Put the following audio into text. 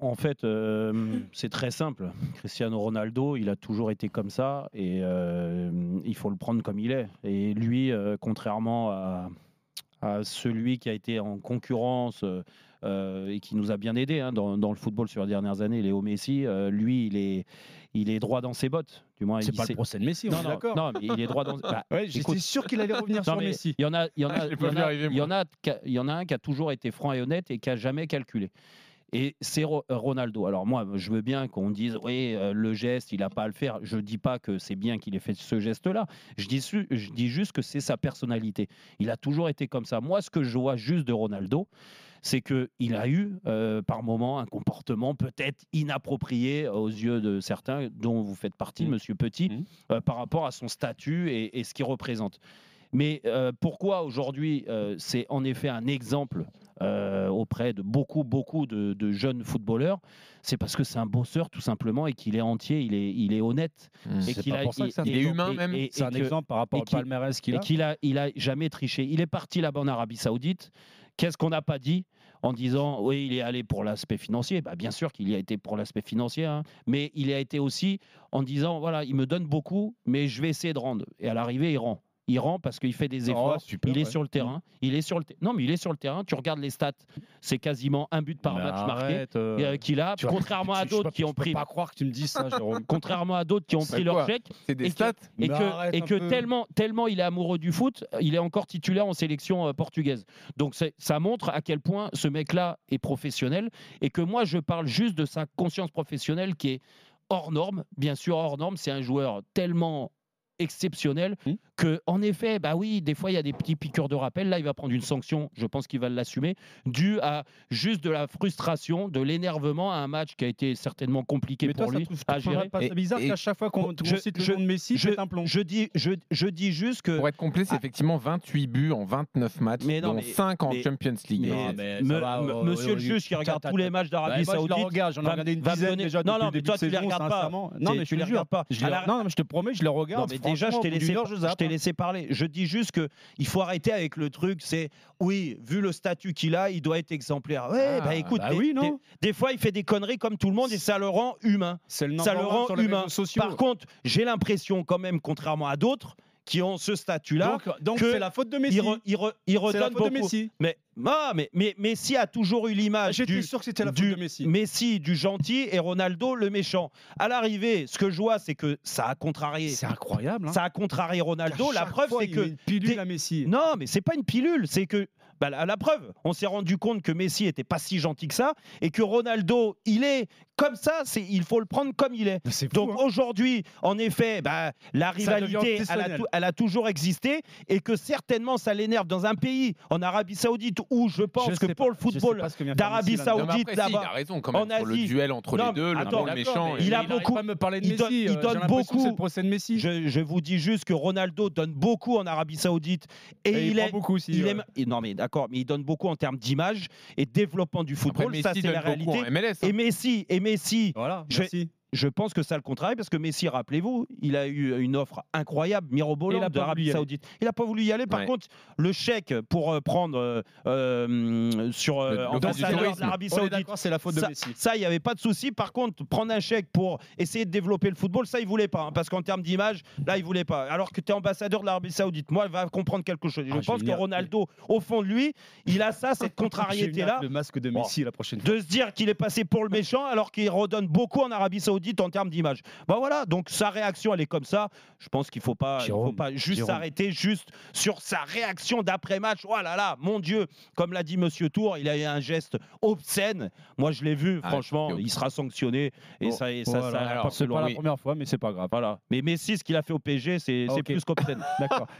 En fait, euh, c'est très simple. Cristiano Ronaldo, il a toujours été comme ça et euh, il faut le prendre comme il est. Et lui, euh, contrairement à, à celui qui a été en concurrence euh, et qui nous a bien aidé hein, dans, dans le football sur les dernières années, Léo Messi, euh, lui, il est, il est droit dans ses bottes. Du moins, C'est il pas sait- le procès de Messi, on Non, est non, d'accord. non, mais il est droit dans. Bah, Ouais, écoute- J'étais sûr qu'il allait revenir non, sur mais Messi. Il y en a, il y en a, il y je l'ai Ah, pas en vu a- arriver, il y moi. en a qui a- il y en a un qui a toujours été franc et honnête et qui a jamais calculé. Et c'est Ro- euh, Ronaldo. Alors moi, je veux bien qu'on dise oui, euh, le geste, il a pas à le faire. Je dis pas que c'est bien qu'il ait fait ce geste-là. Je dis, su- je dis juste que c'est sa personnalité. Il a toujours été comme ça. Moi, ce que je vois juste de Ronaldo, c'est que il a eu euh, par moments un comportement peut-être inapproprié aux yeux de certains, dont vous faites partie, Mmh. Mhm. Monsieur Petit, Mhm. euh, par rapport à son statut et, et ce qu'il représente. Mais euh, pourquoi aujourd'hui euh, c'est en effet un exemple euh, auprès de beaucoup, beaucoup de, de jeunes footballeurs C'est parce que c'est un bosseur tout simplement et qu'il est entier, il est, il est honnête. Et C'est qu'il pas a- pour ça que c'est un il est exemple. humain, même. C'est un que- exemple par rapport et au qu'il- palmarès qu'il et a. qu'il a, il a jamais triché. Il est parti là-bas en Arabie Saoudite. Qu'est-ce qu'on n'a pas dit en disant oui, il est allé pour l'aspect financier bah, Bien sûr qu'il y a été pour l'aspect financier, hein. mais il y a été aussi en disant voilà, il me donne beaucoup, mais je vais essayer de rendre. Et à l'arrivée, il rend. Il rend parce qu'il fait des efforts. Oh, super, il est ouais. sur le terrain. Il est sur le ter- non, mais il est sur le terrain. Tu regardes les stats, c'est quasiment un but par Mais match marqué arrête, euh, euh, qu'il a, tu vois, contrairement à tu- je peux d'autres pas- qui je ont peux pris, pas croire que tu me dises ça, Jérôme. contrairement à d'autres qui ont C'est pris leur quoi chèque. C'est des Et que- stats Et Mais que, arrête et un que peu. tellement, tellement il est amoureux du foot, euh, il est encore titulaire en sélection euh, portugaise. Donc c'est- ça montre à quel point ce mec-là est professionnel et que moi je parle juste de sa conscience professionnelle qui est hors norme. Bien sûr, hors norme, c'est un joueur tellement exceptionnel Hmm. que en effet bah oui des fois il y a des petits piqûres de rappel là il va prendre une sanction je pense qu'il va l'assumer due à juste de la frustration de l'énervement à un match qui a été certainement compliqué Mais toi, pour ça lui trouve- à tu trouverais gérer pas ça Et- bizarre et- qu'à chaque fois qu'on Je- qu'on cite je- le nom de Messi, je- je un plomb. je dis je, je dis juste que Pour être complet, c'est effectivement 28 buts en 29 matchs, Ah. Mais non, dont mais- 5 en mais- Champions League. Mais- Non, mais ça me- va, me- oh, monsieur le oh, oh, juge qui oh, regarde oh, tous les matchs d'Arabie Ouais, moi, je la Saoudite. regarde, j'en ai va- regardé une va me dizaine donner- déjà Non, depuis non, le mais début toi, de tu les saison, regardes pas. sincèrement. Non, C'est- mais tu je les les regardes regarde pas. Je les- À la- Non, mais je te promets, je les Non, regarde. mais déjà, je franchement, t'ai au bout laissé, d'une heure, je je t'ai zappe. laissé parler. Je dis juste que il faut arrêter avec le truc. C'est oui, vu le statut qu'il a, il doit être exemplaire. Ouais, Ah, bah écoute, bah des, oui, non. des- des fois, il fait des conneries comme tout le monde et ça le rend humain. C'est le ça number le one rend sur les humain. réseaux sociaux. Par contre, j'ai l'impression quand même, contrairement à d'autres qui ont ce statut-là, donc, donc que c'est la faute de Messi. il, re- il re- il C'est la redonne faute de beaucoup. Messi. Ah, Mais, ah, mais, mais Messi a toujours eu l'image J'étais du, sûr que c'était la faute du de Messi. du gentil et Ronaldo le méchant. À l'arrivée, ce que je vois, c'est que ça a contrarié. C'est incroyable. hein. Ça a contrarié Ronaldo. À La chaque preuve, fois, c'est il que. met une pilule dès- à Messi. Non, mais c'est pas une pilule. C'est que. bah, la, la preuve, on s'est rendu compte que Messi était pas si gentil que ça et que Ronaldo, il est comme ça. C'est, il faut le prendre comme il est. C'est fou. hein. Donc aujourd'hui, en effet, bah, la devient rivalité, elle a, obsessionnel. tou- elle a toujours existé et que certainement ça l'énerve dans un pays, en Arabie Saoudite, où je pense que pour le football, d'Arabie Non, mais Saoudite, après, si, il là-bas. a raison quand En même sur le Asie. duel entre Non, les deux, le attends, bon, le méchant. mais et- il a beaucoup- me parler de il donne- Messi. il euh, j'ai donne l'impression que beaucoup. C'est le procès de Messi. Je, je vous dis juste que Ronaldo donne beaucoup en Arabie Saoudite et, Et il prend est. beaucoup aussi. Il ouais. aime- et non mais d'accord, mais il donne beaucoup en termes d'image et développement du Après, football, Messi ça c'est donne la beaucoup réalité. en MLS. hein. Et Messi, et Messi, Voilà. Je- Merci. je pense que ça le contrarie parce que Messi, rappelez-vous, il a eu une offre incroyable, Il a mirobolante de pas voulu y l'Arabie aller. Saoudite. Il n'a pas voulu y aller. Par Ouais. contre, le chèque pour euh, prendre euh, euh, sur euh, Le- le en compte du faveur de tourisme. l'Arabie On est Saoudite, d'accord, c'est la faute de Messi. ça, il n'y avait pas de souci. Par contre, prendre un chèque pour essayer de développer le football, ça, il voulait pas. hein, parce qu'en termes d'image, là, il voulait pas. Alors que tu es ambassadeur de l'Arabie Saoudite, moi, va comprendre quelque chose. Et Ah, je je pense vais que venir. Ronaldo, au fond de lui, il a ça, cette J'ai mis contrariété-là. Le masque de Bon. Messi la prochaine fois. De se dire qu'il est passé pour le méchant alors qu'il redonne beaucoup en Arabie Saoudite en termes d'image. Bah voilà, donc sa réaction elle est comme ça. Je pense qu'il faut pas, il faut Jérôme, pas juste Jérôme. s'arrêter juste sur sa réaction d'après match. Oh là là, mon Dieu, comme l'a dit Monsieur Tour, il a eu un geste obscène. Moi je l'ai vu, Ah, franchement, c'est il sera sanctionné et Bon, ça, et ça, voilà. ça ira Alors, pas C'est plus pas loin. la première fois, mais c'est pas grave. Voilà. Mais Messi, ce qu'il a fait au PSG, c'est c'est Ah, Ok. plus qu'obscène. D'accord.